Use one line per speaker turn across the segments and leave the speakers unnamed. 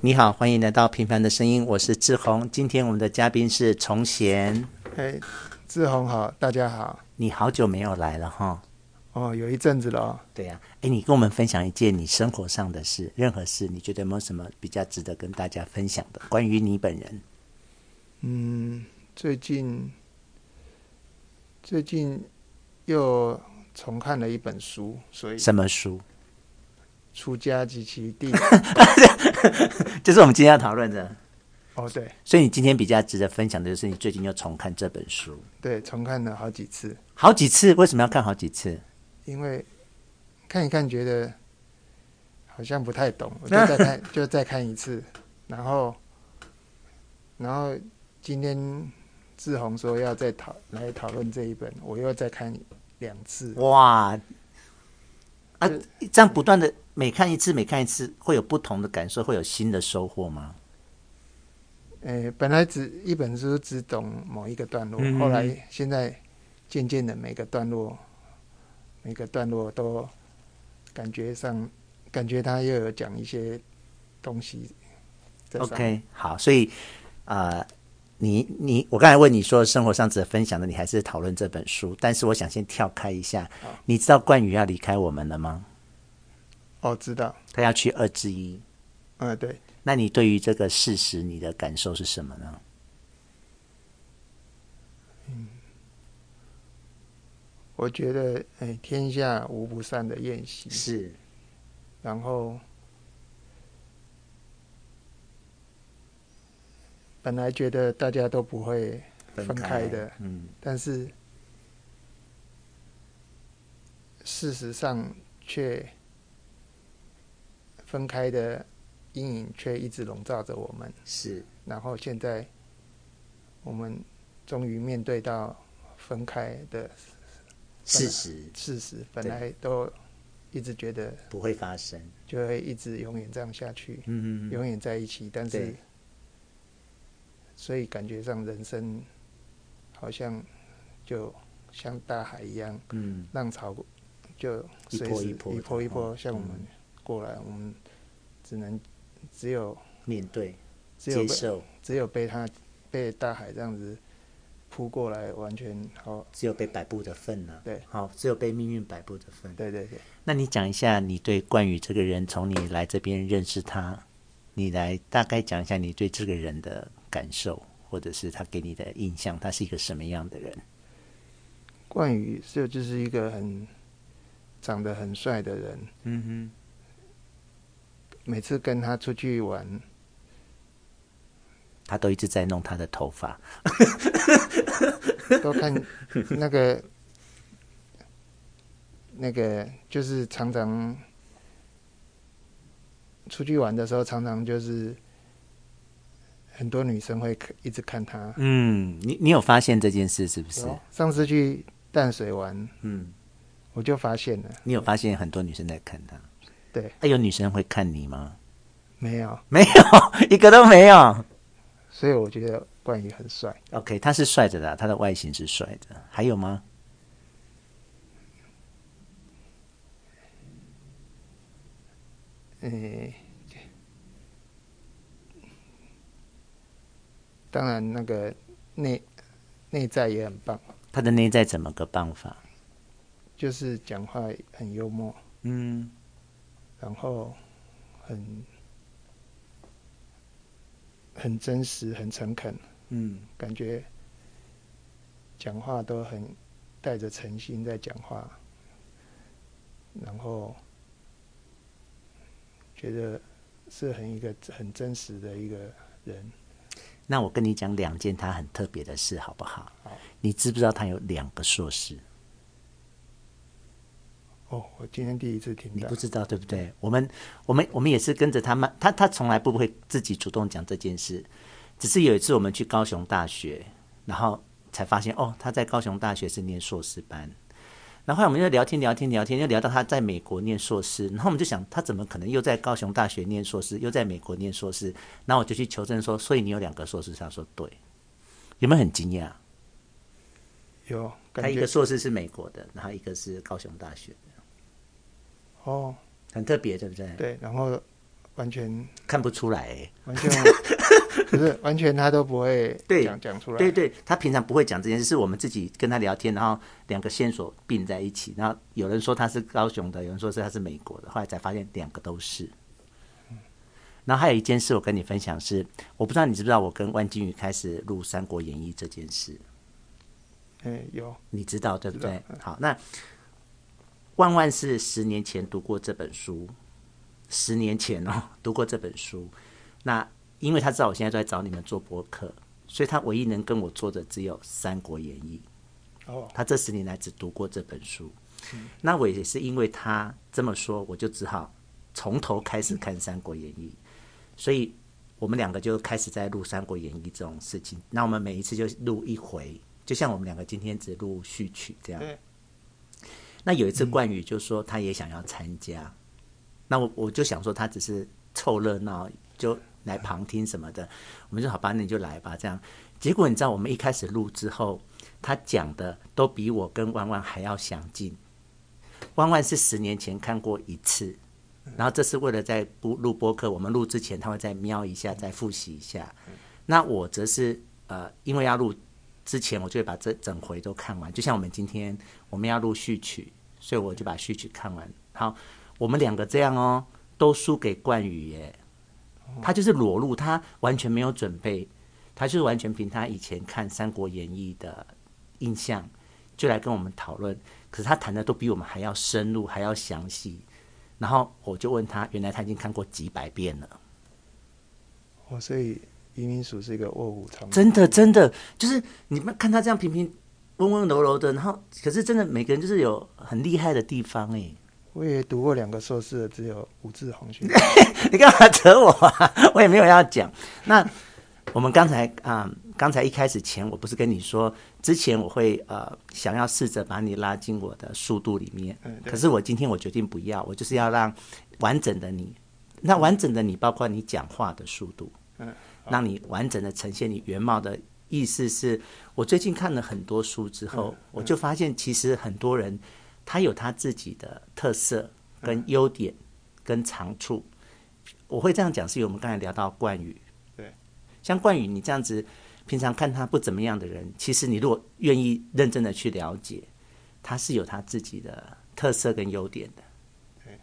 你好，欢迎来到《平凡的声音》，我是志宏。今天我们的嘉宾是崇贤。
哎，志宏好，大家好。
你好久没有来了哈？
哦，有一阵子了哦。
对呀、哎，你跟我们分享一件你生活上的事，任何事，你觉得有没有什么比较值得跟大家分享的？关于你本人，
嗯，最近最近又重看了一本书，所以《
什么书？
出家及其地》
这是我们今天要讨论的。
哦，对
所以你今天比较值得分享的就是你最近又重看这本书，
对，重看了好几次，
好几次。为什么要看好几次？
因为看一看觉得好像不太懂，我就再看就再看一次，然后然后今天志宏说要再讨来讨论这一本，我又再看两次。
哇！啊
就，
这样不断的每看一次，每看一次会有不同的感受，会有新的收获吗？
诶，本来只一本书只懂某一个段落，
嗯
后来现在渐渐的每个段落，每个段落都感觉上，感觉他又有讲一些东西在上面。
OK，好，所以呃，你你我刚才问你说生活上值得分享的，你还是讨论这本书，但是我想先跳开一下，你知道冠宇要离开我们了吗？
哦，知道，
他要去二之一，
嗯，对，
那你对于这个事实，你的感受是什么呢？
我觉得诶，天下无不散的宴席，
是
然后本来觉得大家都不会分开的，
嗯，
但是事实上却分开的阴影却一直笼罩着我们。
是
然后现在我们终于面对到分开的
事实
事实，本来都一直觉得
不会发生，
就会一直永远这样下去，
嗯
永远在一起，但是
对
所以感觉上人生好像就像大海一样。
嗯，
浪潮就
一
随
波
时
一波
一波
的
一波
哦
像我们
嗯
过来，我们只能只有
面对
只有
接
被
受，
只有被它被大海这样子扑过来，完全好，
只有被摆布的份了，
对
好，只有被命运摆布的份。
对对对，
那你讲一下你对冠宇这个人，从你来这边认识他，你来大概讲一下你对这个人的感受，或者是他给你的印象，他是一个什么样的人？
冠宇就就是一个很长得很帅的人，
嗯
每次跟他出去玩，
哼，他都一直在弄他的头发，
都看那个那个，就是常常出去玩的时候，常常就是很多女生会看一直看他。
嗯，你你有发现这件事是不是？
有上次去淡水玩，
嗯，
我就发现了，
你有发现很多女生在看他？
对，
那、有女生会看你吗？
没有，
没有，一个都没有。
所以我觉得冠宇很帅。
OK，他是帅的啦，他的外形是帅的，还有吗？
诶，当然那个内内在也很棒，
他的内在怎么个办法？
就是讲话很幽默。
嗯，
然后很很真实、很诚恳，
嗯，
感觉讲话都很带着诚心在讲话，然后觉得是很一个很真实的一个人。
那我跟你讲两件他很特别的事，好不好？
好
你知不知道他有两个硕士？
哦，我今天第一次听
你
到
不，知道对不对？我们我们我们也是跟着他慢，他他从来不会自己主动讲这件事，只是有一次我们去高雄大学，然后才发现哦，他在高雄大学是念硕士班。然后后来我们就聊天聊天聊天，就聊到他在美国念硕士，然后我们就想他怎么可能又在高雄大学念硕士，又在美国念硕士？然后我就去求证说，所以你有两个硕士？他说对，有没有很惊讶？
有
他
感
一个
觉
硕士是美国的，然后一个是高雄大学的，
哦，
很特别，对不对？
对，然后完全
看不出来、欸。
完全 不是完全他都不会
对
讲讲出来。
对对，他平常不会讲这件事，是我们自己跟他聊天，然后两个线索并在一起，然后有人说他是高雄的，有人说是他是美国的，后来才发现两个都是。然后还有一件事我跟你分享是，我不知道你知不知道，我跟万金宇开始录《三国演义》这件事，
嗯，有
你知道对不对
知？
好，那万万是十年前读过这本书，十年前哦 读过这本书，那因为他知道我现在都在找你们做博客，所以他唯一能跟我做的只有《三国演义》。
哦，
他这十年来只读过这本书。那我也是因为他这么说，我就只好从头开始看《三国演义》，所以我们两个就开始在录《三国演义》这种事情。那我们每一次就录一回，就像我们两个今天只录序曲这样
对。
那有一次冠宇就说他也想要参加，那我我就想说他只是凑热闹，就来旁听什么的。我们就说好吧，那你就来吧，这样。结果你知道，我们一开始录之后，他讲的都比我跟弯弯还要详尽。弯弯是十年前看过一次，然后这是为了在播录播客，我们录之前他会再瞄一下，再复习一下。那我则是呃，因为要录之前，我就会把这整回都看完。就像我们今天我们要录序曲，所以我就把序曲看完。好，我们两个这样哦，都输给冠宇耶，他就是裸露，他完全没有准备，他就是完全凭他以前看《三国演义》的印象，就来跟我们讨论。可是他谈的都比我们还要深入，还要详细。然后我就问他，原来他已经看过几百遍了。
哦，所以移民署是一个卧虎藏龙，
真的真的就是你们看他这样平平温温柔柔的，然后可是真的每个人就是有很厉害的地方哎、
我也读过两个硕士的，只有吴志 宏学长。
你干嘛扯我啊？我也没有要讲。那我们刚才啊、刚才一开始前，我不是跟你说，之前我会呃想要试着把你拉进我的速度里面，
嗯对
可是我今天我决定不要，我就是要让完整的你，那完整的你包括你讲话的速度，
嗯，
让你完整的呈现你原貌的意思是，我最近看了很多书之后，
嗯
我就发现其实很多人他有他自己的特色、
嗯
跟优点、跟长处。我会这样讲，是因为我们刚才聊到冠宇，
对，
像冠宇你这样子，平常看他不怎么样的人，其实你如果愿意认真的去了解，他是有他自己的特色跟优点的。
对。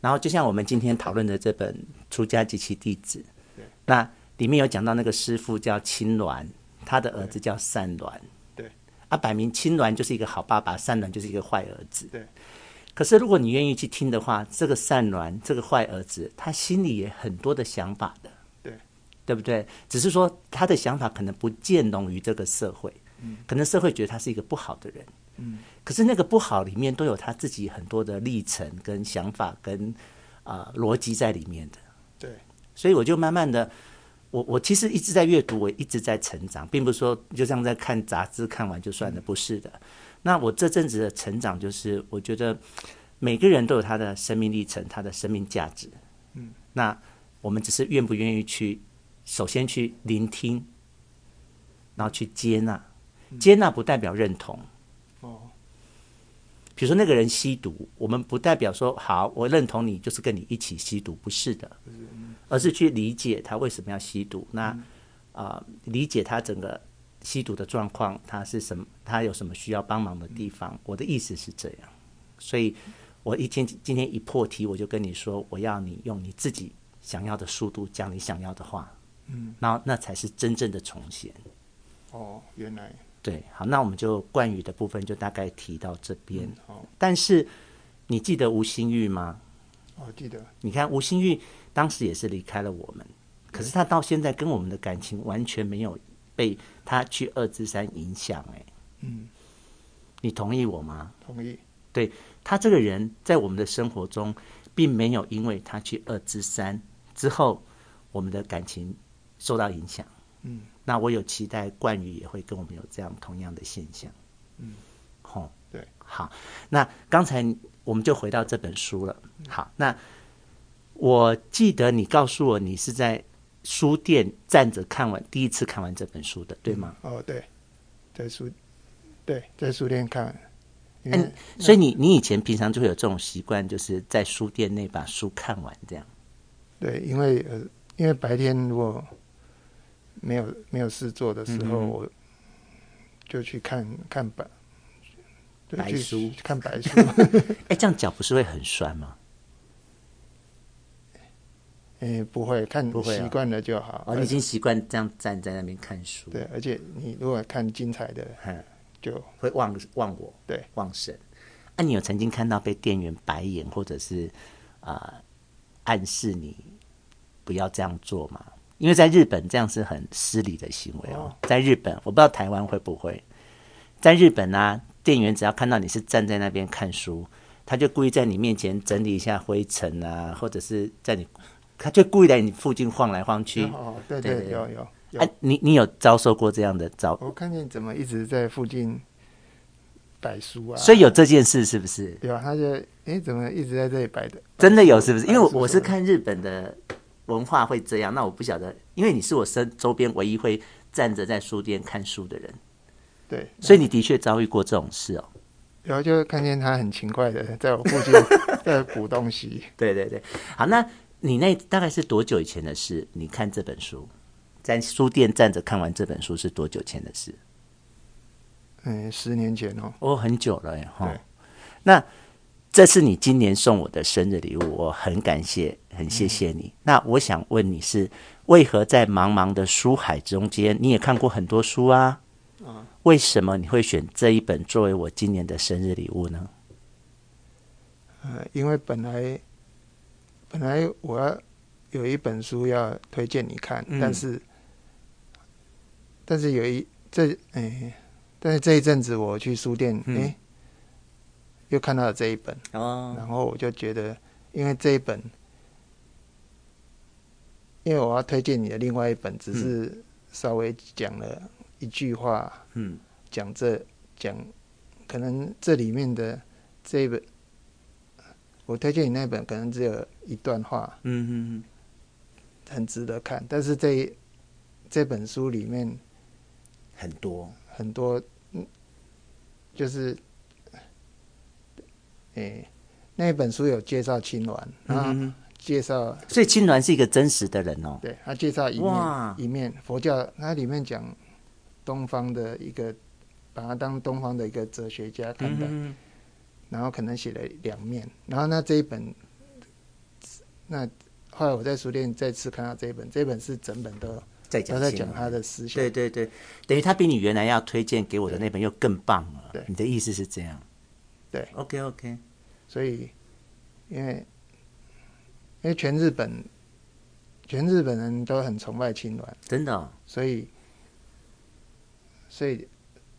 然后就像我们今天讨论的这本《出家及其弟子》，
对，
那里面有讲到那个师傅叫青鸾，他的儿子叫善鸾，
对，
啊，摆明青鸾就是一个好爸爸，善鸾就是一个坏儿子，
对。
可是如果你愿意去听的话，这个善鸾，这个坏儿子，他心里也很多的想法的，
对，
对不对？只是说他的想法可能不见容于这个社会，可能社会觉得他是一个不好的人，可是那个不好里面都有他自己很多的历程跟想法跟啊、逻辑在里面的。
对，
所以我就慢慢的，我我其实一直在阅读，我一直在成长，并不是说就像在看杂志看完就算了，不是的。那我这阵子的成长就是，我觉得每个人都有他的生命历程，他的生命价值。嗯，那我们只是愿不愿意去，首先去聆听，然后去接纳。接纳不代表认同，
哦，
比如说那个人吸毒，我们不代表说好，我认同你，就是跟你一起吸毒，不是的，
嗯
而是去理解他为什么要吸毒，那啊、理解他整个吸毒的状况，他是什么，他有什么需要帮忙的地方。我的意思是这样，所以我一天今天一破题，我就跟你说，我要你用你自己想要的速度讲你想要的话，嗯，然后那才是真正的重现。
哦，原来，
对，好，那我们就冠宇的部分就大概提到这边。
好，
但是你记得吴新玉吗？
我哦记得，
你看吴新玉当时也是离开了我们，可是他到现在跟我们的感情完全没有被他去二之山影响。哎，
嗯，
你同意我吗？
同意，
对他这个人在我们的生活中，并没有因为他去二之山之后，我们的感情受到影响。
嗯，
那我有期待冠宇也会跟我们有这样同样的现象。
嗯，
好、
对，
好，那刚才我们就回到这本书了。好，那我记得你告诉我你是在书店站着看完第一次看完这本书的，对吗？
哦，对，在书，对，在书店看，因
嗯
为，
所以你你以前平常就会有这种习惯，就是在书店内把书看完这样。
对，因为呃，因为白天如果没有没有事做的时候，
嗯哼
我就去看看白，对
白
去
书
看白 书。
哎，这样脚不是会很酸吗？
诶、哎不会，看
不会啊
习惯了就好。
哦，
而
你已经习惯这样站在那边看书，
对，而且你如果看精彩的，
嗯，
就
会忘忘我，
对，
忘神。啊，你有曾经看到被店员白眼，或者是啊、呃暗示你不要这样做吗？因为在日本这样是很失礼的行为哦
哦。
在日本，我不知道台湾会不会，在日本呢、啊店员只要看到你是站在那边看书，他就故意在你面前整理一下灰尘啊，或者是在你，他就故意在你附近晃来晃去。
哦，对
对
对，
对
有有有、哦
啊，你你有遭受过这样的遭？
我看见怎么一直在附近摆书啊，
所以有这件事是不是？
对吧、他就诶、怎么一直在这里摆的？
真的有是不是？因为我
是
呃我是
的
看日本的文化会这样，那我不晓得，因为你是我身周边唯一会站着在书店看书的人，
对，
所以你的确遭遇过这种事哦。
然后就看见他很勤快的在我附 近在补东西。
对对对，好，那你那大概是多久以前的事？你看这本书，在书店站着看完这本书是多久前的事？
嗯，十年前哦，
哦，很久了耶，哈
对。
那这是你今年送我的生日礼物，我很感谢，很谢谢你。那我想问你是为何在茫茫的书海中间，你也看过很多书啊？为什么你会选这一本作为我今年的生日礼物呢？
呃，因为本来本来我要有一本书要推荐你看，
嗯
但是但是有一这哎、但是这一阵子我去书店，哎、
嗯
又看到了这一本，
哦
然后我就觉得，因为这一本，因为我要推荐你的另外一本，
嗯
只是稍微讲了一句话，
嗯，
讲这讲，可能这里面的这一本，我推荐你那本可能只有一段话，
嗯嗯
很值得看，但是这一这本书里面
很多，
很多，嗯，就是，诶、那一本书有介绍青鸾，然后
嗯，
介绍
所以青鸾是一个真实的人哦，
对他介绍一
哇
面一面佛教，它里面讲东方的一个，把它当东方的一个哲学家看待，
嗯
然后可能写了两面，然后那这一本，那后来我在书店再次看到这一本，这一本是整本都
在
都
讲
在
青
讲
鸾
他的思想，
对对对，等于他比你原来要推荐给我的那本又更棒了
对。
你的意思是这样？
对
，OK OK，
所以因为因为全日本全日本人都很崇拜青鸾，
真的、哦，
所以所以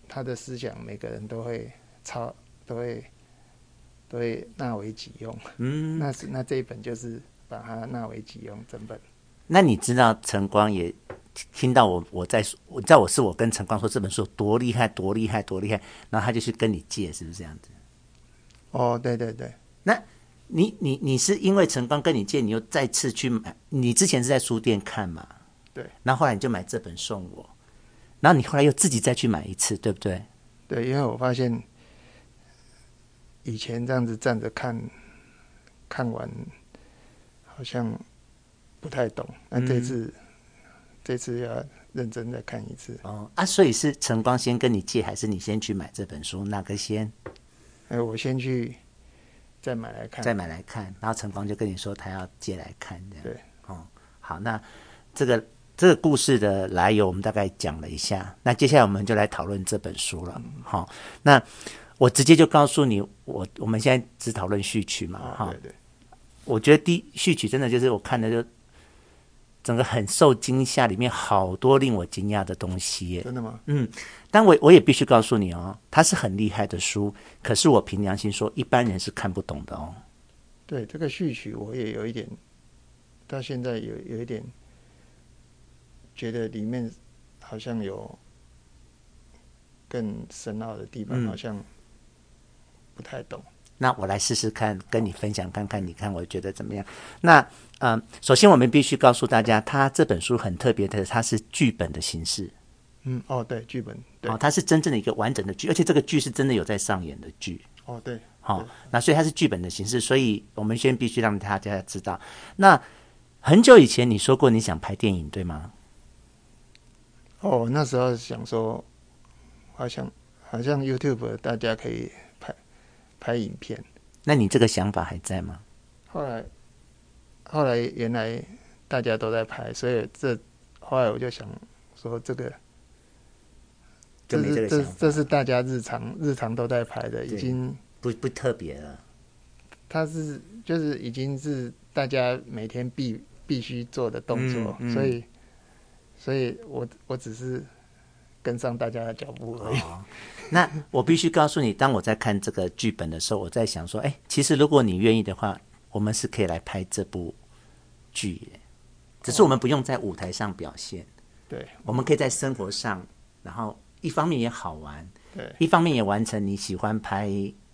他的思想每个人都会抄，都会都会纳为己用。
嗯，
那是那这一本就是把它纳为己用，整本
那你知道晨光也听听到我我在说，我知道我是我跟晨光说这本书有多厉害多厉害多厉害，然后他就去跟你借，是不是这样子？
哦，对对对，
那你你你是因为晨光跟你借，你又再次去买，你之前是在书店看嘛？
对。
然后后来你就买这本送我，然后你后来又自己再去买一次，对不对？
对，因为我发现以前这样子站着看，看完好像不太懂。那这
嗯
次、这次要认真再看一次。
哦啊，所以是晨光先跟你借，还是你先去买这本书？哪个先？
哎，我先去再买来看。
再买来看，然后晨光就跟你说他要借来看，这样。
对，
哦，好，那这个这个故事的来由我们大概讲了一下，那接下来我们就来讨论这本书了。
嗯
好、那我直接就告诉你，我我们现在只讨论序曲嘛，哈、
哦，对对，
我觉得第序曲真的就是我看的就整个很受惊吓，里面好多令我惊讶的东西耶。
真的吗？
嗯，但我我也必须告诉你哦，它是很厉害的书，可是我凭良心说，一般人是看不懂的哦。
对，这个序曲我也有一点，到现在有有一点觉得里面好像有更深奥的地方，
嗯
好像不太懂。
那我来试试看，跟你分享看看，你看我觉得怎么样？那嗯、呃首先我们必须告诉大家，它这本书很特别的，它是剧本的形式，
嗯，哦，对，剧本，对
哦，，它是真正的一个完整的剧，而且这个剧是真的有在上演的剧，
哦，对，
好、
对
那所以它是剧本的形式，所以我们先必须让大家知道。那很久以前你说过你想拍电影，对吗？
哦，那时候想说，好像好像 YouTube 大家可以拍拍影片，
那你这个想法还在吗？
后来后来原来大家都在拍，所以这后来我就想说这个。
就没这
是
个
这
想
是
法，
这是大家日常日常都在拍的，已
对
经
不不特别了。
它是就是已经是大家每天必必须做的动作，
嗯嗯
所以所以我我只是跟上大家的脚步而已。
哦，那我必须告诉你，当我在看这个剧本的时候，我在想说，哎，其实如果你愿意的话，我们是可以来拍这部剧耶，只是我们不用在舞台上表现，
对
我们可以在生活上，然后一方面也好玩，
对
一方面也完成你喜欢拍、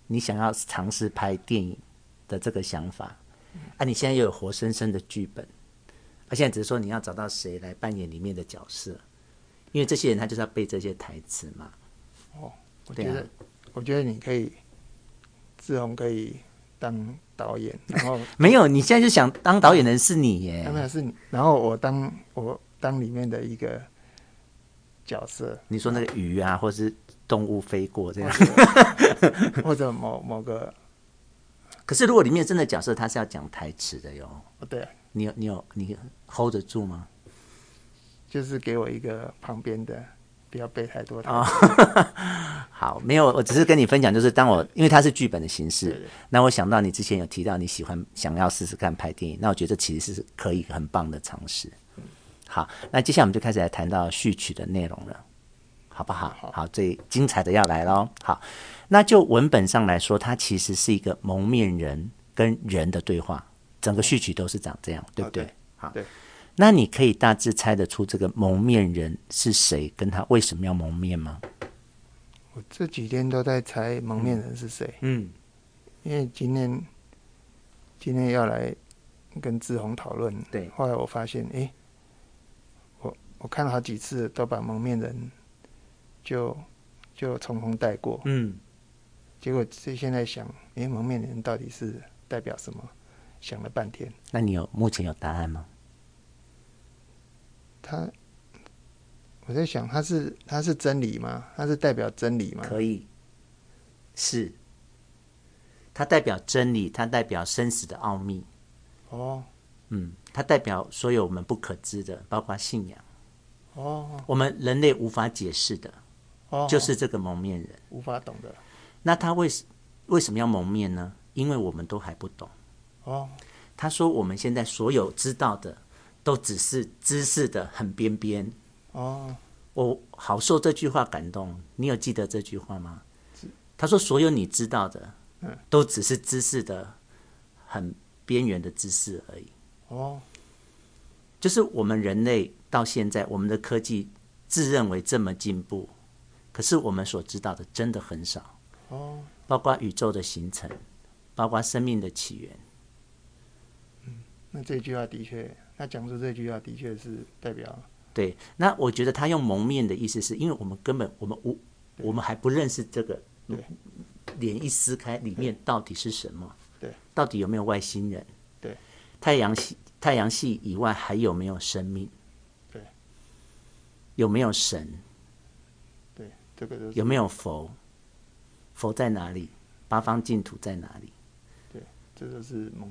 你想要尝试拍电影的这个想法。啊，你现在又有活生生的剧本，啊，现在只是说你要找到谁来扮演里面的角色，因为这些人他就是要背这些台词嘛。
哦，我
对
觉
啊
得、我觉得你可以，志宏可以当 导演，然后
没有，你现在就想当导演的人是你
他们
耶？
是你，然后我当我当里面的一个 角色，
你说那个鱼啊，或是动物飞过这样。
或者某某个
可是如果里面真的角色他是要讲台词的哟，
对啊、
你有你有你 hold 得住吗？
就是给我一个旁边的，不要背太多的。
哦啊 好，没有，我只是跟你分享，就是当我因为它是剧本的形式，那我想到你之前有提到你喜欢想要试试看拍电影，那我觉得这其实是可以很棒的尝试。
嗯
好，那接下来我们就开始来谈到序曲的内容了，好不好？好，最精彩的要来喽。好，那就文本上来说，它其实是一个蒙面人跟人的对话，整个序曲都是长这样，对不对？
啊对
好，
对
那你可以大致猜得出这个蒙面人是谁，跟他为什么要蒙面吗？
我这几天都在猜蒙面人是谁，
嗯，
因为今天今天要来跟志宏讨论。
对
后来我发现，诶，我我看了好几次都把蒙面人就就匆匆带过，
嗯。
结果这现在想，诶，蒙面人到底是代表什么？想了半天，
那你有目前有答案吗？
他我在想，他是他是真理吗？他是代表真理吗？
可以，是，它代表真理，它代表生死的奥秘，
哦
嗯，它代表所有我们不可知的，包括信仰，
哦
我们人类无法解释的，
哦，
就是这个蒙面人。
无法懂的
那他为什为什么要蒙面呢？因为我们都还不懂。
哦。
他说我们现在所有知道的，都只是知识的很边边。
哦，
我好受这句话感动。你有记得这句话吗？他说：“所有你知道的，都只是知识的很边缘的知识而已。
哦，
就是我们人类到现在，我们的科技自认为这么进步，可是我们所知道的真的很少。
哦，
包括宇宙的形成，包括生命的起源。
那这句话的确，他讲出这句话的确是代表
对，那我觉得他用蒙面的意思，是因为我们根本我们无我们还不认识这个嗯
对，
脸一撕开，里面到底是什么？
对，
到底有没有外星人？
对，
太阳系太阳系以外还有没有生命？
对，
有没有神？
对，这个就是
有没有佛？佛在哪里？八方净土在哪里？
对，这就是蒙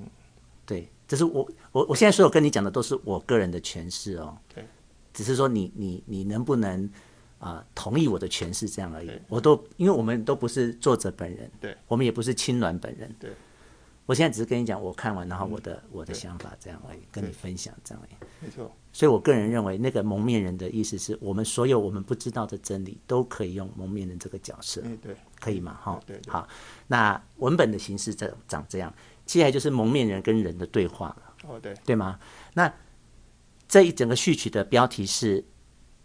对，这是我我我现在所有跟你讲的都是我个人的诠释哦。
对，
只是说你你你能不能啊、同意我的诠释这样而已
对。
我都因为我们都不是作者本人，
对，
我们也不是青鸾本人，
对。
我现在只是跟你讲我看完，然后我的、我的想法这样而已，跟你
嗯对
分享这样而已。
没错，
所以我个人认为，那个蒙面人的意思是我们所有我们不知道的真理都可以用蒙面人这个角色。
哎对，
可以嘛？哈，
对对
好，那文本的形式这长这样，接下来就是蒙面人跟人的对话了，
哦对，
对吗？那这一整个序曲的标题是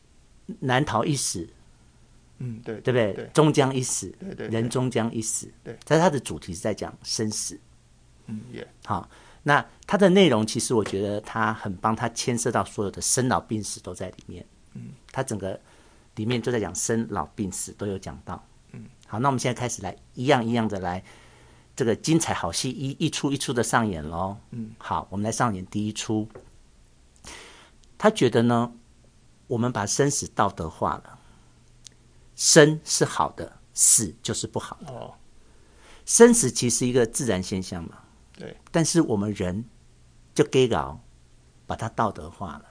“难逃一死”，
嗯对，
对不对？
对
终将一死，
对对对
人终将一死。
对
但是它的主题是在讲生死。
嗯也
好，那它的内容其实我觉得它很棒，它牵涉到所有的生老病死都在里面。嗯，它整个里面就在讲生老病死都有讲到。嗯，好，那我们现在开始来一样一样的来这个精彩好戏一一出一出的上演喽。嗯，好，我们来上演第一出他觉得呢，我们把生死道德化了，生是好的，死就是不好的。
哦，
生死其实一个自然现象嘛，
对，
但是我们人就 gay 搞，把它道德化了。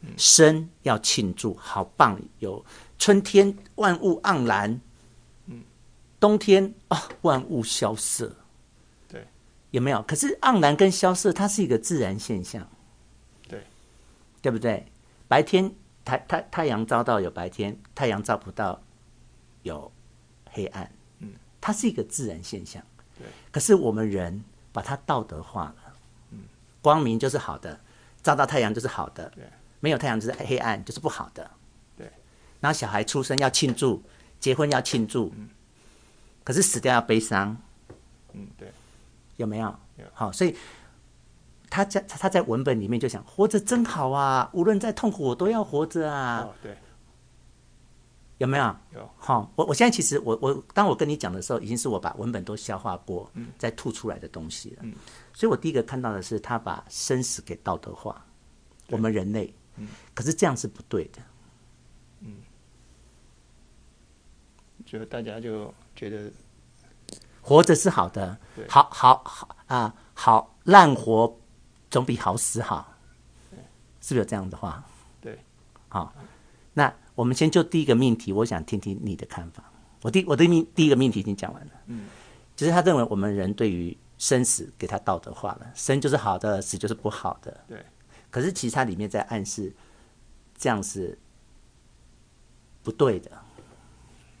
嗯
生要庆祝，好棒！有春天，万物盎然；
嗯
冬天啊、万物萧瑟。
对，
有没有？可是盎然跟萧瑟，它是一个自然现象。
对，
对不对？白天太太太阳照到有白天，太阳照不到有黑暗。
嗯，
它是一个自然现象。
对，
可是我们人把它道德化了。嗯，光明就是好的，照到太阳就是好的。
对，
没有太阳就是黑暗，就是不好的。
对，
然后小孩出生要庆祝，结婚要庆祝，可是死掉要悲伤。
嗯，对，
有没有
有？
好，所以他在他他在文本里面就想，活着真好啊，无论再痛苦我都要活着啊，
哦，对，
有没有？
有，
好、我我现在其实我我当我跟你讲的时候，已经是我把文本都消化过，
嗯
再吐出来的东西了。所以我第一个看到的是他把生死给道德化，我们人类，
嗯
可是这样是不对的。
就大家就觉得
活着是好的
对，
好好好啊，好烂活总比好死好，是不是有这样的话？
对，
好，那我们先就第一个命题，我想听听你的看法。我第我的命第一个命题已经讲完了，嗯，就是他认为我们人对于生死给他道德化了，生就是好的，死就是不好的。
对，
可是其实它里面在暗示这样是不对的。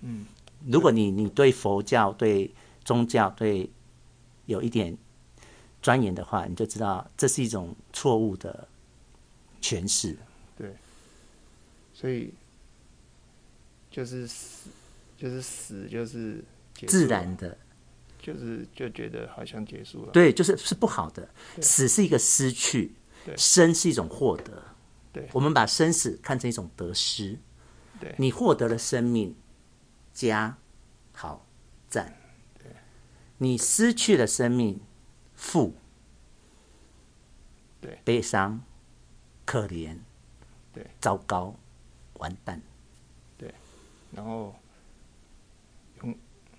嗯，
如果你你对佛教、对宗教、对有一点钻研的话，你就知道这是一种错误的诠释。
对，所以就是死，就是死，就是结束
自然的，
就是就觉得好像结束了。
对，就是是不好的。死是一个失去，
对
生是一种获得。
对
我们把生死看成一种得失。
对
你获得了生命，加好赞。你失去了生命，负，
对
悲伤、可怜，
对，
糟糕，完蛋，
然后永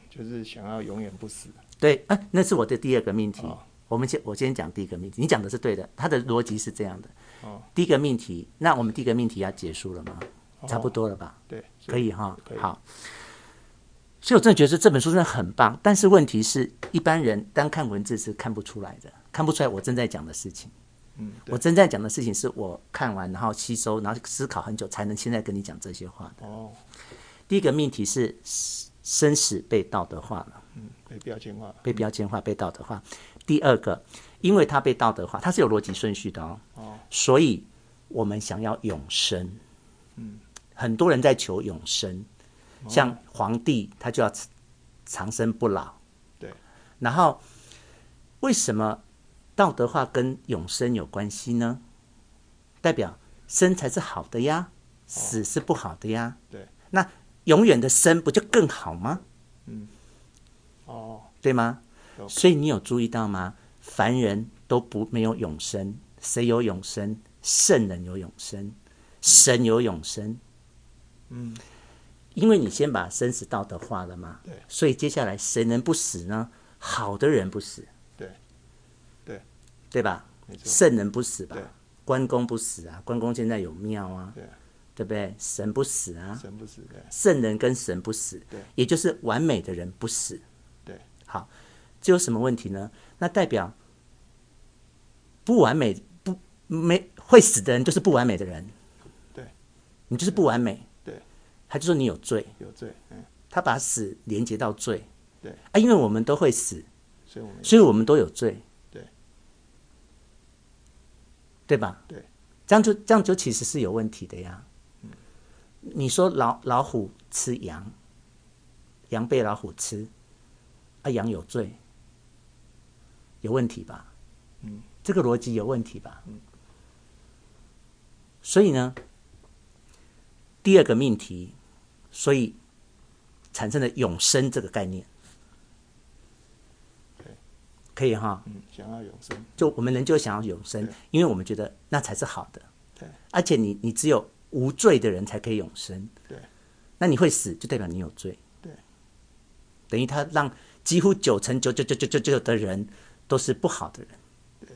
就是想要永远不死。
对，啊，那是我的第二个命题。
哦
我们先我先讲第一个命题，你讲的是对的，它的逻辑是这样的。
哦
第一个命题，那我们第一个命题要结束了吗？差不多了吧？
对，
可以哈
哦可以，
好。所以我真的觉得这本书真的很棒，但是问题是一般人单看文字是看不出来的，看不出来我正在讲的事情。
嗯，
我正在讲的事情是我看完然后吸收，然后思考很久才能现在跟你讲这些话的。
哦，
第一个命题是生死被道德化了，
嗯，被标签化。
被标签化、被道德化。第二个，因为它被道德化，它是有逻辑顺序的哦，
哦，
所以我们想要永生。很多人在求永生，像皇帝他就要长长生不老。
对，
然后为什么道德化跟永生有关系呢？代表生才是好的呀，死是不好的呀。
对，
那永远的生不就更好吗？
哦，
对吗？
有
所以你有注意到吗？凡人都不没有永生，谁有永生？圣人有永生，神有永生。
嗯，
因为你先把生死道德化了嘛，
对
所以接下来谁能不死呢？好的人不死，
对，对，
对吧
没？错
圣人不死吧
对？
关公不死啊，关公现在有庙啊，
对，
对不对？神不死啊，
生不死的。
圣人跟神不死
对，
也就是完美的人不死。
对，
好，这有什么问题呢？那代表不完美不没会死的人就是不完美的人，
对，
你就是不完美，
对，
他就说你有罪，
有罪。嗯，
他把死连接到罪，
对
啊，因为我们都会死，
所以我们
所以我们都有罪，
对，
对吧？
对，
这样就这样就其实是有问题的呀。你说老老虎吃羊，羊被老虎吃，啊，羊有罪，有问题吧？
嗯，
这个逻辑有问题吧？所以呢，第二个命题，所以产生了永生这个概念
对。
可以哈，
嗯想要永生。
就我们人就想要永生
对，
因为我们觉得那才是好的。
对，
而且你你只有无罪的人才可以永生，
对，
那你会死就代表你有罪，
对，
等于他让几乎九成九九九九九九的人都是不好的人，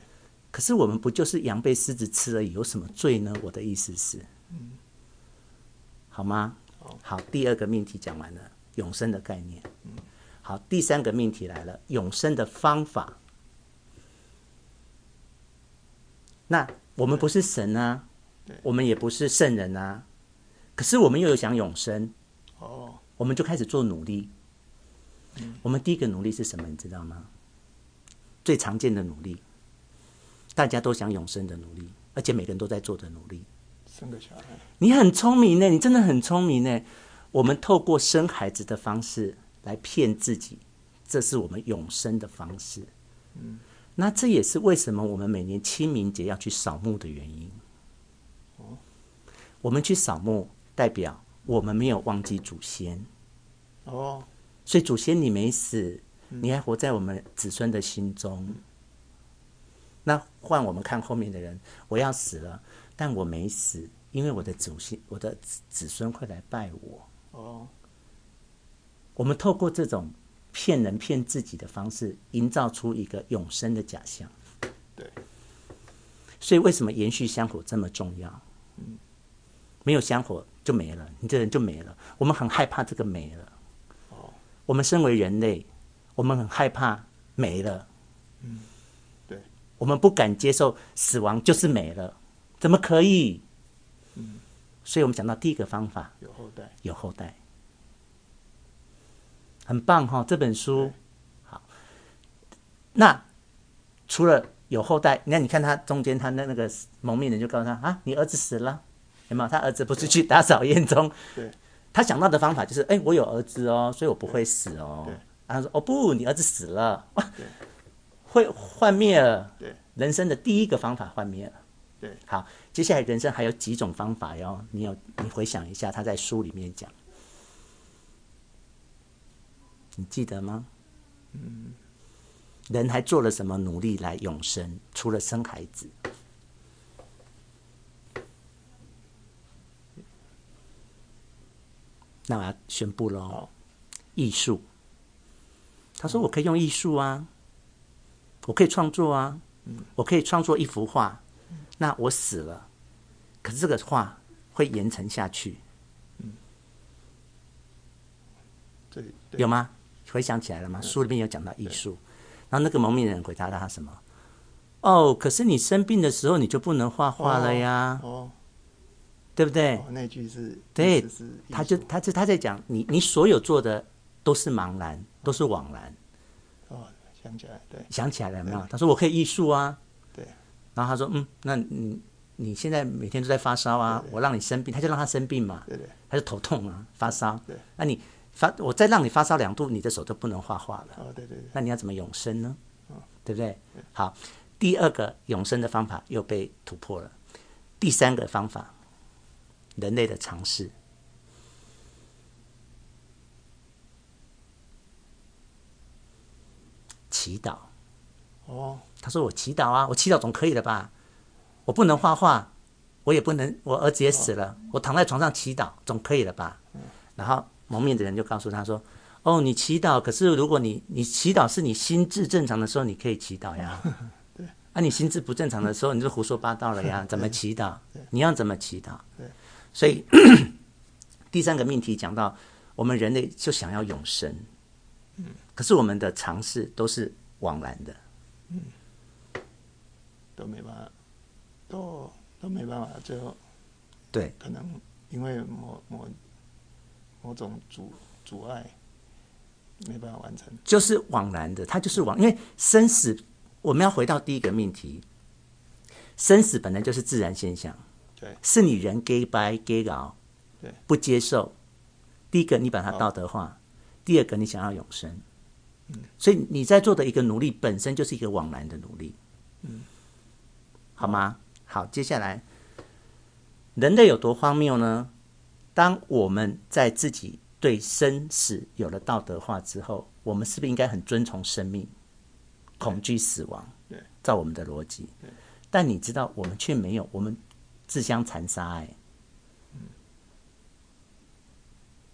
可是我们不就是羊被狮子吃而已，有什么罪呢？我的意思是，好吗？好，第二个命题讲完了，永生的概念。好，第三个命题来了，永生的方法。那我们不是神啊，我们也不是圣人啊，可是我们又有想永生，
哦，
我们就开始做努力。我们第一个努力是什么？你知道吗？最常见的努力，大家都想永生的努力，而且每个人都在做的努力。
生个小孩，
你很聪明呢，你真的很聪明呢。我们透过生孩子的方式来骗自己，这是我们永生的方式。那这也是为什么我们每年清明节要去扫墓的原因。我们去扫墓，代表我们没有忘记祖先，
哦，
所以祖先你没死，你还活在我们子孙的心中。那换我们看后面的人，我要死了，但我没死，因为我的祖先、我的子子孙会来拜我。
哦，
我们透过这种骗人骗自己的方式，营造出一个永生的假象。
对，
所以为什么延续香火这么重要？没有香火就没了，你这人就没了。我们很害怕这个没了。
哦
我们身为人类，我们很害怕没了。
嗯对，
我们不敢接受死亡就是没了，怎么可以？
嗯
所以我们讲到第一个方法，
有后代，
有后代，很棒哈、这本书
对。
好，那除了有后代，那你看他中间他那那个蒙面人就告诉他啊，你儿子死了，有没有？他儿子不是去打扫烟囱？
对，
他想到的方法就是，哎、我有儿子哦，所以我不会死哦
对。
然后说，哦不，你儿子死了，哇
对，
会幻灭了。
对，
人生的第一个方法幻灭了。
对，
好，接下来人生还有几种方法哟，你有你回想一下，他在书里面讲，你记得吗？嗯，人还做了什么努力来永生？除了生孩子，那我要宣布喽
好，
艺术。他说：“我可以用艺术啊，我可以创作啊，我可以创作一幅画。那我死了，可是这个画会延承下去，
这对
有吗？回想起来了吗？书里面有讲到艺术，然后那个蒙面人回答他什么？哦，可是你生病的时候你就不能画画了呀，
哦，
对不对？
哦，那句是，
对
意思是艺术
他就他就他在讲你你所有做的都是茫然，都是枉然。
哦，想起来，对
想起来了有没有
对？
他说我可以艺术啊，
对，
然后他说嗯，那你你现在每天都在发烧啊，我让你生病，他就让他生病嘛，
对对
他就头痛啊，发烧
对，
那你发我再让你发烧两度，你的手就不能画画了。
哦，对对对，
那你要怎么永生呢？对不对？好，第二个永生的方法又被突破了。第三个方法，人类的尝试。祈祷，
哦，
他说我祈祷啊，我祈祷总可以了吧？我不能画画，我也不能，我儿子也死了，我躺在床上祈祷总可以了吧？然后蒙面的人就告诉他说：“哦，你祈祷，可是如果你你祈祷是你心智正常的时候，你可以祈祷呀。啊，你心智不正常的时候，你就胡说八道了呀，怎么祈祷？你要怎么祈祷？所以 第三个命题讲到，我们人类就想要永生，可是我们的尝试都是枉然的。”
都没办法，都都没办法，最后
对，
可能因为某某某种阻阻碍，没办法完成，
就是枉然的，它就是枉，因为生死，我们要回到第一个命题，生死本来就是自然现象，
对
是你人 gay 掰 gay 搞，
对，
不接受。第一个，你把它道德化；第二个，你想要永生。
嗯
所以你在做的一个努力本身就是一个枉然的努力，
嗯
好吗？好，接下来，人类有多荒谬呢？当我们在自己对生死有了道德化之后，我们是不是应该很遵从生命，恐惧死亡？
对，
照我们的逻辑
对。
但你知道，我们却没有，我们自相残杀、欸。哎，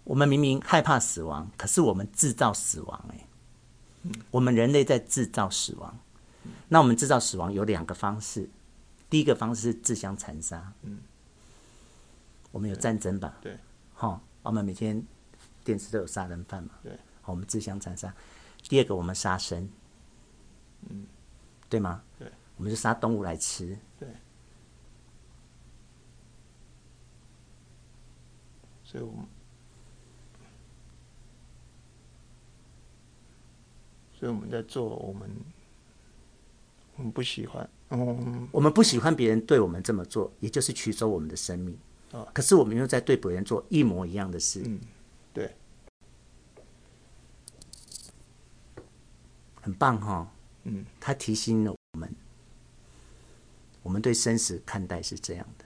我们明明害怕死亡，可是我们制造死亡、欸。哎，我们人类在制造死亡。那我们制造死亡有两个方式，第一个方式是自相残杀。嗯，我们有战争吧？
对，
好、我们每天电视都有杀人犯嘛。
对，
好，我们自相残杀。第二个，我们杀生。嗯，对吗？
嗯对，
我们就杀动物来吃。
对。所以我们，所以我们在做我们我们不喜欢，嗯，
我们不喜欢别人对我们这么做，也就是取走我们的生命。
哦
可是我们又在对别人做一模一样的事，
嗯对，
很棒哈、
嗯，
他提醒了我们，我们对生死看待是这样的。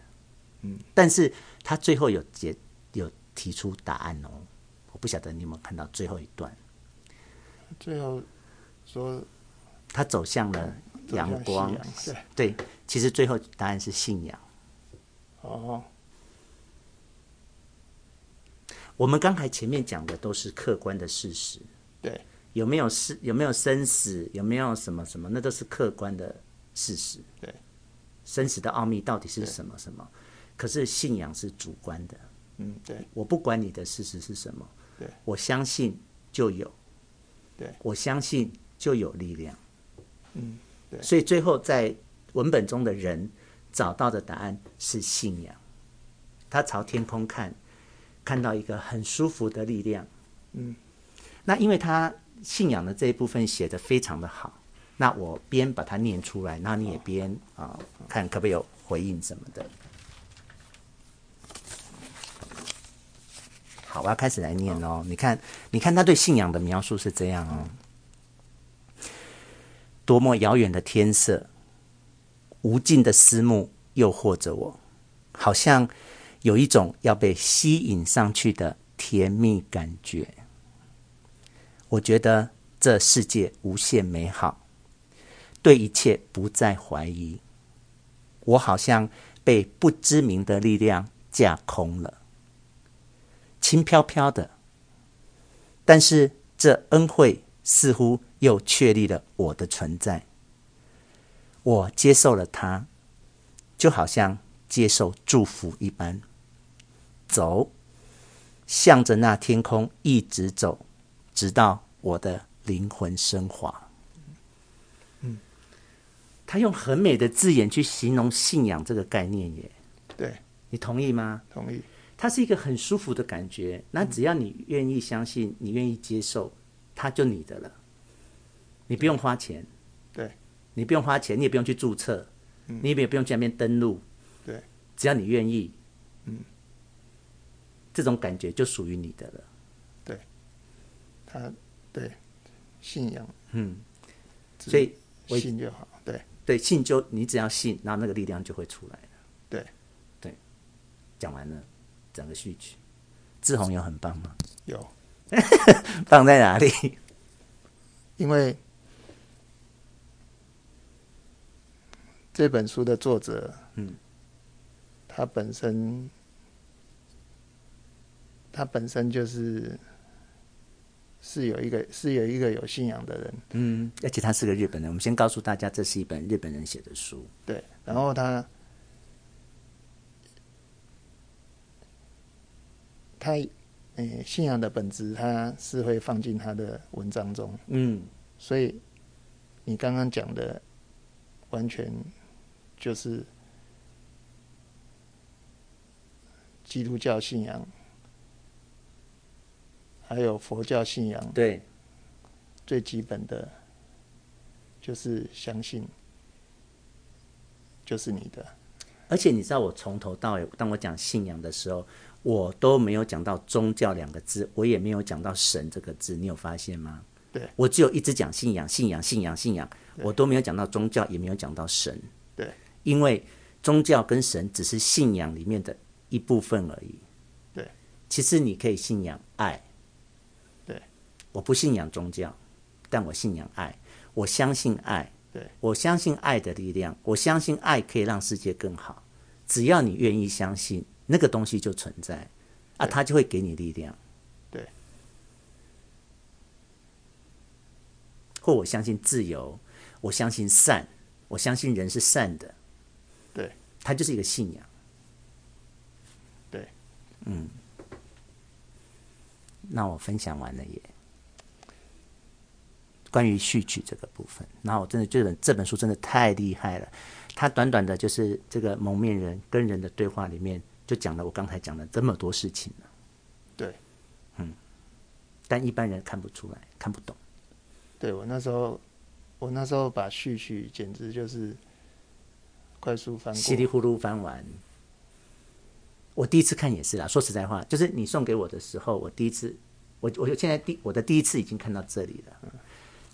嗯，
但是他最后有解有提出答案哦，我不晓得你有没有看到最后一段，
最后说
他走向了
走向
阳
信
光。
仰对，
对，其实最后答案是信仰。
哦，
我们刚才前面讲的都是客观的事实，
对，
有没有是有没有生死，有没有什么什么，那都是客观的事实。
对，
生死的奥秘到底是
对
什么什么？可是信仰是主观的，
嗯，对，
我不管你的事实是什么，
对
我相信就有，
对
我相信就有力量。
嗯，对
所以最后在文本中的人找到的答案是信仰，他朝天空看，看到一个很舒服的力量。
嗯，
那因为他信仰的这一部分写得非常的好，那我边把它念出来，那你也边啊、看可不可以有回应什么的。好，我要开始来念哦。你看，你看他对信仰的描述是这样哦：多么遥远的天色，无尽的思慕诱惑着我，好像有一种要被吸引上去的甜蜜感觉。我觉得这世界无限美好，对一切不再怀疑。我好像被不知名的力量架空了，轻飘飘的。但是这恩惠似乎又确立了我的存在。我接受了它，就好像接受祝福一般。走，向着那天空一直走，直到我的灵魂升华。他用很美的字眼去形容信仰这个概念耶，
对，
你同意吗？
同意，
它是一个很舒服的感觉。那只要你愿意相信，你愿意接受，它就你的了。你不用花钱，
对，
你不用花钱，你也不用去注册，你也不用去那边登录，
对，
只要你愿意，嗯，这种感觉就属于你的了。
他对信仰，嗯，
所以我
信就好，对，
对，信就你只要信，然后那个力量就会出来了。
对，
对，讲完了整个序曲，志宏有很棒吗？
有，
棒在哪里？
因为这本书的作者，
嗯，
他本身，他本身就是是有一个是有一个有信仰的人，
嗯，而且他是个日本人。我们先告诉大家，这是一本日本人写的书。
对，然后他他诶、信仰的本质，他是会放进他的文章中，
嗯，
所以你刚刚讲的完全就是基督教信仰，还有佛教信仰
对，
最基本的就是相信就是你的。
而且你知道，我从头到尾，当我讲信仰的时候，我都没有讲到宗教两个字，我也没有讲到神这个字，你有发现吗？
对，
我只有一直讲信仰，信仰，信仰，信仰，我都没有讲到宗教，也没有讲到神。
对，
因为宗教跟神只是信仰里面的一部分而已。
对，
其实你可以信仰爱。
对，
我不信仰宗教，但我信仰爱，我相信爱。
对，
我相信爱的力量，我相信爱可以让世界更好。只要你愿意相信，那个东西就存在啊，
对
它就会给你力量。
对，
或我相信自由，我相信善，我相信人是善的，
对，
它就是一个信仰。
对，
嗯，那我分享完了耶。关于序曲这个部分，那我真的这本这本书真的太厉害了，它短短的就是这个蒙面人跟人的对话里面，就讲了我刚才讲的这么多事情了。
对，
嗯，但一般人看不出来，看不懂。
对我那时候，我那时候把序曲简直就是快速翻
稀里
过，
糊涂翻完。我第一次看也是啦，说实在话，就是你送给我的时候，我第一次，我我就现在第我的第一次已经看到这里了。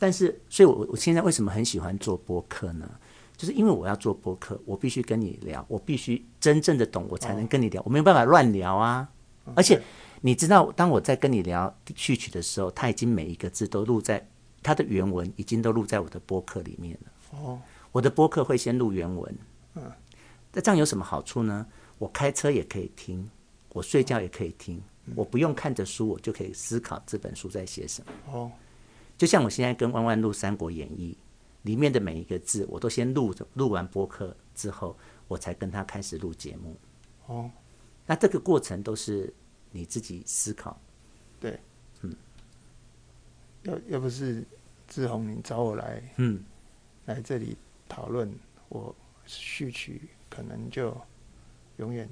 但是，所以我我现在为什么很喜欢做播客呢？就是因为我要做播客，我必须跟你聊，我必须真正的懂，我才能跟你聊，我没有办法乱聊啊。
哦
而且你知道，当我在跟你聊序曲的时候，它已经每一个字都录在它的原文，已经都录在我的播客里面了。
哦，
我的播客会先录原文。
嗯
那这样有什么好处呢？我开车也可以听，我睡觉也可以听，
嗯
我不用看着书，我就可以思考这本书在写什么。
哦，
就像我现在跟弯弯录《三国演义》里面的每一个字，我都先录着，录完播客之后，我才跟他开始录节目。
哦，
那这个过程都是你自己思考。
对，嗯，要要不是志宏你找我来
嗯，
来这里讨论，我序曲可能就永远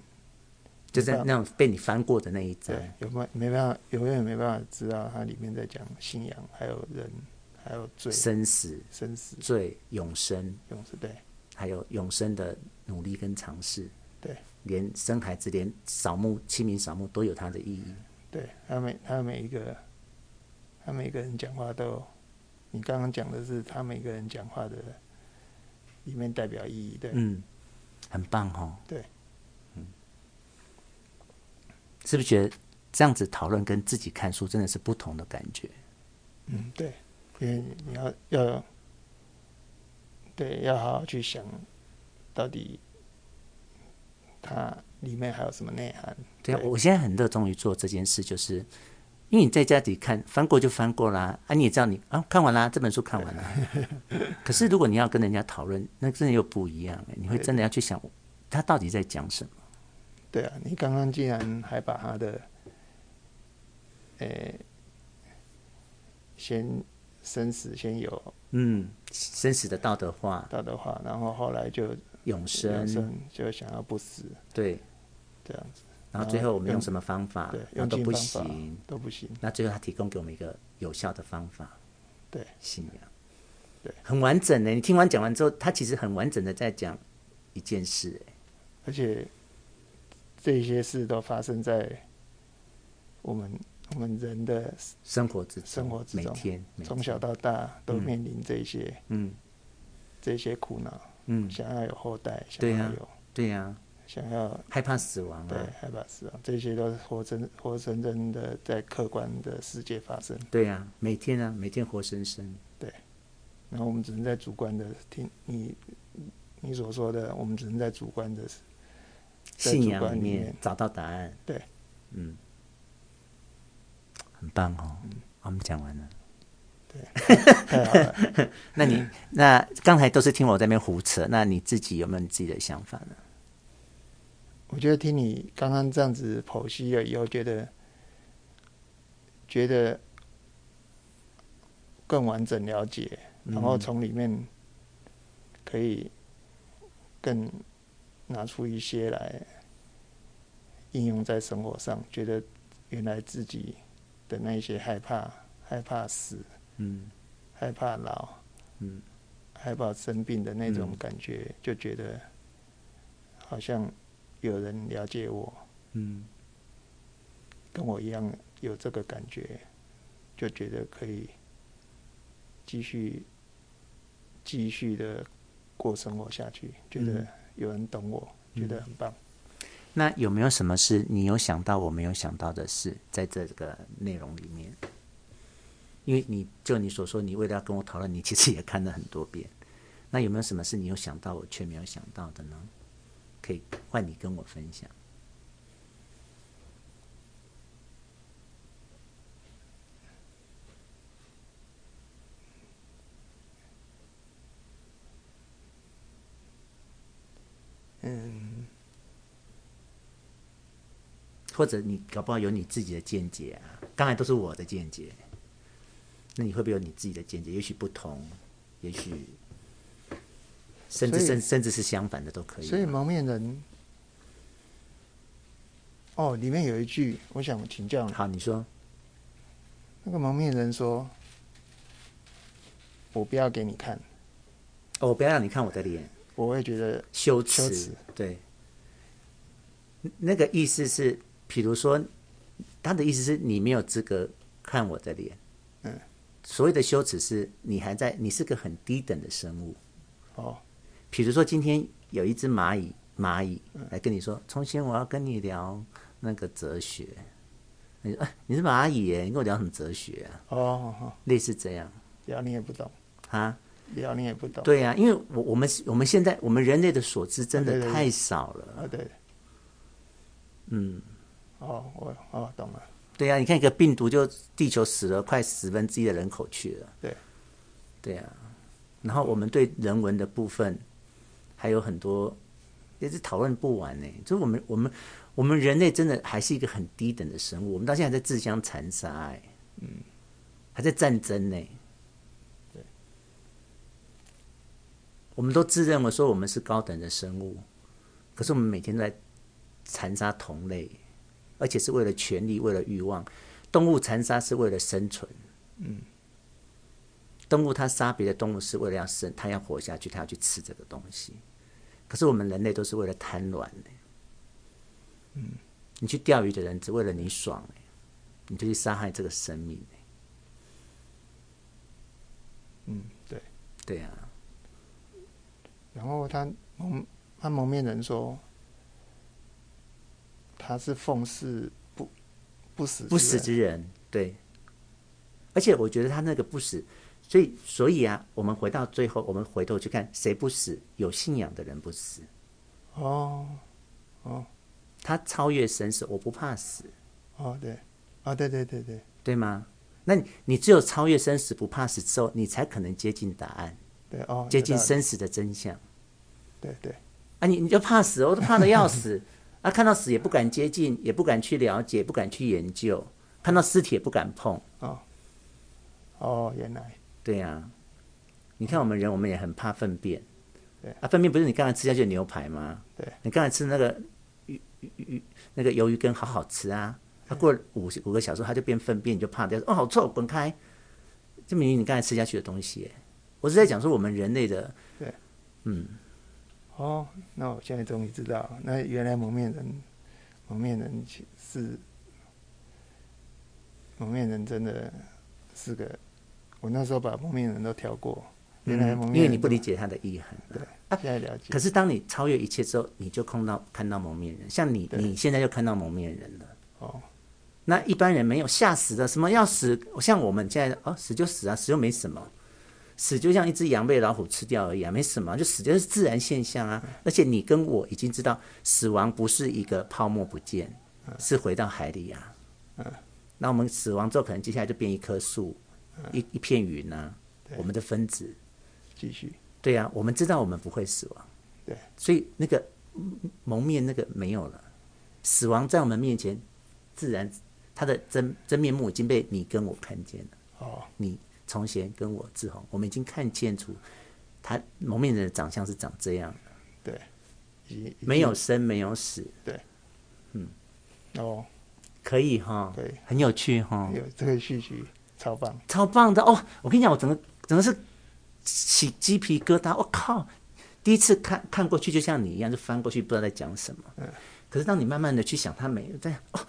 就在那种被你翻过的那一章。
对，有没没办法，永远没办法知道它里面在讲信仰，还有人，还有罪、
生死、
生死、
罪、永生，
永世对
还有永生的努力跟尝试，
对
连生孩子、连扫墓、清明扫墓都有它的意义。
对，他每他每一个，他每个人讲话都有，你刚刚讲的是他每个人讲话的里面代表意义，对，
嗯，很棒哦。
对，
是不是觉得这样子讨论跟自己看书真的是不同的感觉？
嗯对，因为你要要，对，要好好去想，到底它里面还有什么内涵，
对啊，我现在很热衷于做这件事，就是因为你在家里看，翻过就翻过啦，啊，你也知道你啊看完啦，这本书看 完啦。可是如果你要跟人家讨论，那真的又不一样、欸你会真的要去想他到底在讲什么。
对啊，你刚刚竟然还把他的，呃、先生死先有
嗯，生死的道德化，
道德化，然后后来就
永
人
生，
生就想要不死
对，
这样子，
然后最后我们
然
用
后用
什么方法
对，，
啊那
用
都
尽
不
方法
行。
都不行，
那最后他提供给我们一个有效的方法，
对，
信仰，
对，
很完整的。你听完讲完之后，他其实很完整的在讲一件事欸诶，
而且这些事都发生在我们我们人的
生活之中，
生活之
每
中
天，每
从
天
小，到大都
嗯
面临这些、
嗯
这些苦恼，
嗯，
想要有后代，想
对
要
啊
有、
对呀、啊，
想要
害怕死亡
对
啊，，
害怕死亡，这些都是活生活生生的在客观的世界发生，
对呀、每天啊，每天活生生，
然后我们只能在主观的听你你所说的，我们只能在主观的在
信
主
仰
观
里
里
面
面
找到答案，
对，
嗯，很棒哦，好我们讲完了。
太好了。
那你那刚才都是听我在那边胡扯，那你自己有没有你自己的想法呢？
我觉得听你刚刚这样子剖析了以后，觉得觉得更完整了解，然后
嗯
从里面可以更拿出一些来应用在生活上，觉得原来自己的那一些害怕、害怕死、
嗯
害怕老、
嗯
害怕生病的那种
嗯
感觉，就觉得好像有人了解我。
嗯
跟我一样有这个感觉，就觉得可以继续继续的过生活下去，觉得有人懂我，觉得很棒。
那有没有什么是你有想到我没有想到的事，在这个内容里面？因为你就你所说，你为了要跟我讨论，你其实也看了很多遍。那有没有什么是你有想到我却没有想到的呢？可以换你跟我分享。
嗯，
或者你搞不好有你自己的见解啊，刚才都是我的见解，那你会不会有你自己的见解？也许不同，也许甚至
所以
甚甚至是相反的都可以啊。
所以蒙面人，哦，里面有一句，我想请教你，
好，你说
那个蒙面人说：“我不要给你看，
哦，我不要让你看我的脸，
我会觉得
羞
羞
耻
耻。
对，那个意思是，比如说，他的意思是你没有资格看我的脸。
嗯，
所谓的羞耻是你还在，你是个很低等的生物。
哦，
比如说今天有一只蚂蚁，蚂蚁
嗯
来跟你说：“从前我要跟你聊那个哲学。”你说：“哎，你是蚂蚁耶，你跟我聊什么哲学啊
哦哦，哦？”
类似这样
聊你也不懂，
啊。
聊你也不懂。
对呀、啊因为我我们我们现在我们人类的所知真
对
的
对对
太少了。
啊，对，
嗯，
哦，我哦懂了，
对呀、啊你看一个病毒就地球死了快十分之一的人口去了。
对，
对呀、然后我们对人文的部分还有很多也是讨论不完呢、就是我们我们我们人类真的还是一个很低等的生物，我们到现在还在自相残杀哎、嗯，还在战争呢、
对，
我们都自认为说我们是高等的生物，可是我们每天都在残杀同类，而且是为了权力，为了欲望。动物残杀是为了生存，动物它杀别的动物是为了要生，它要活下去，它要去吃这个东西。可是我们人类都是为了贪婪、欸、嗯，你去钓鱼的人只为了你爽、欸、你就去杀害这个生命、欸、
嗯，对。
对啊，
然后他蒙他蒙面人说，他是奉事不不啊死
不死
人
之人，对。而且我觉得他那个不死，所以所以啊，我们回到最后，我们回头去看谁不死，有信仰的人不死，
哦
他超越生死，我不怕死。
哦对，哦对对对对
对吗？那你你只有超越生死不怕死之后，你才可能接近答案，
对哦，
接
有
近
道理
生死的真相
对对
啊！你你就怕死，我都怕的要死 啊！看到死也不敢接近，也不敢去了解，不敢去研究，看到尸体也不敢碰，
哦哦原来
对呀、你看我们人，我们也很怕粪便
对，
啊，粪便不是你刚才吃下去的牛排吗？
对，
你刚才吃那个鱼鱼鱼那个鱿鱼羹好好吃啊，它、过了五五个小时它就变粪便，你就怕掉，哦，好臭，滚开！这明明你刚才吃下去的东西耶，我是在讲说我们人类的，
对，
嗯，
哦，那我现在终于知道了，那原来蒙面人蒙面人其是蒙面人真的是个，我那时候把蒙面人都跳过，原来蒙面人、
嗯因为你不理，解它的意涵、啊，
现在了解
可，是当你超越一切之后，你就碰到看到蒙面人，像你
对
你现在就看到蒙面人了。
哦
那一般人没有吓死的，什么要死？像我们现在哦，死就死啊，死又没什么，死就像一只羊被老虎吃掉而已啊，没什么，就死就是自然现象啊。而且你跟我已经知道，死亡不是一个泡沫不见，是回到海里啊。那我们死亡之后，可能接下来就变一棵树，一一片云啊，我们的分子。
继续
对啊，我们知道我们不会死亡，
对，
所以那个嗯蒙面那个没有了，死亡在我们面前，自然他的真真面目已经被你跟我看见了。
哦
你从前跟我志宏，我们已经看见出他蒙面人的长相是长这样，
对，已经已
没有生没有死，
经哦
可以哈，
对，
很有趣哈，
有这个续集超棒，
超棒的哦！我跟你讲，我整个整个是起鸡皮疙瘩，我、靠！第一次看看过去，就像你一样，就翻过去，不知道在讲什么。可是当你慢慢的去想，他没有在哦，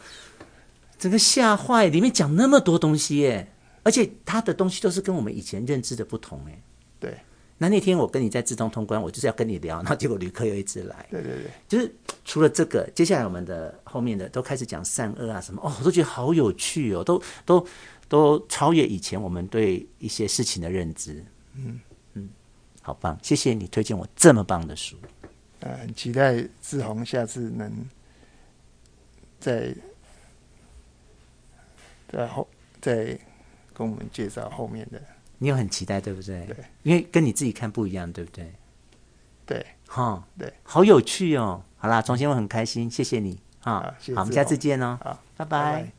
整个吓坏，里面讲那么多东西耶，而且他的东西都是跟我们以前认知的不同哎。
对
那那天我跟你在自动通关，我就是要跟你聊，然后结果旅客又一直来，
对对对，
就是除了这个，接下来我们的后面的都开始讲善恶啊什么，哦，我都觉得好有趣哦，都都都超越以前我们对一些事情的认知。嗯嗯，好棒，谢谢你推荐我这么棒的书。
呃，很期待志宏下次能在在后再跟我们介绍后面的
你有很期待，对不对？
对，
因为跟你自己看不一样，对不对？
对。
哈，
对，
好有趣哦。好啦，重新我很开心，谢谢你哈。
啊好谢谢
好，我们
志
下次
宏
见哦。
好，
拜
拜
拜
拜。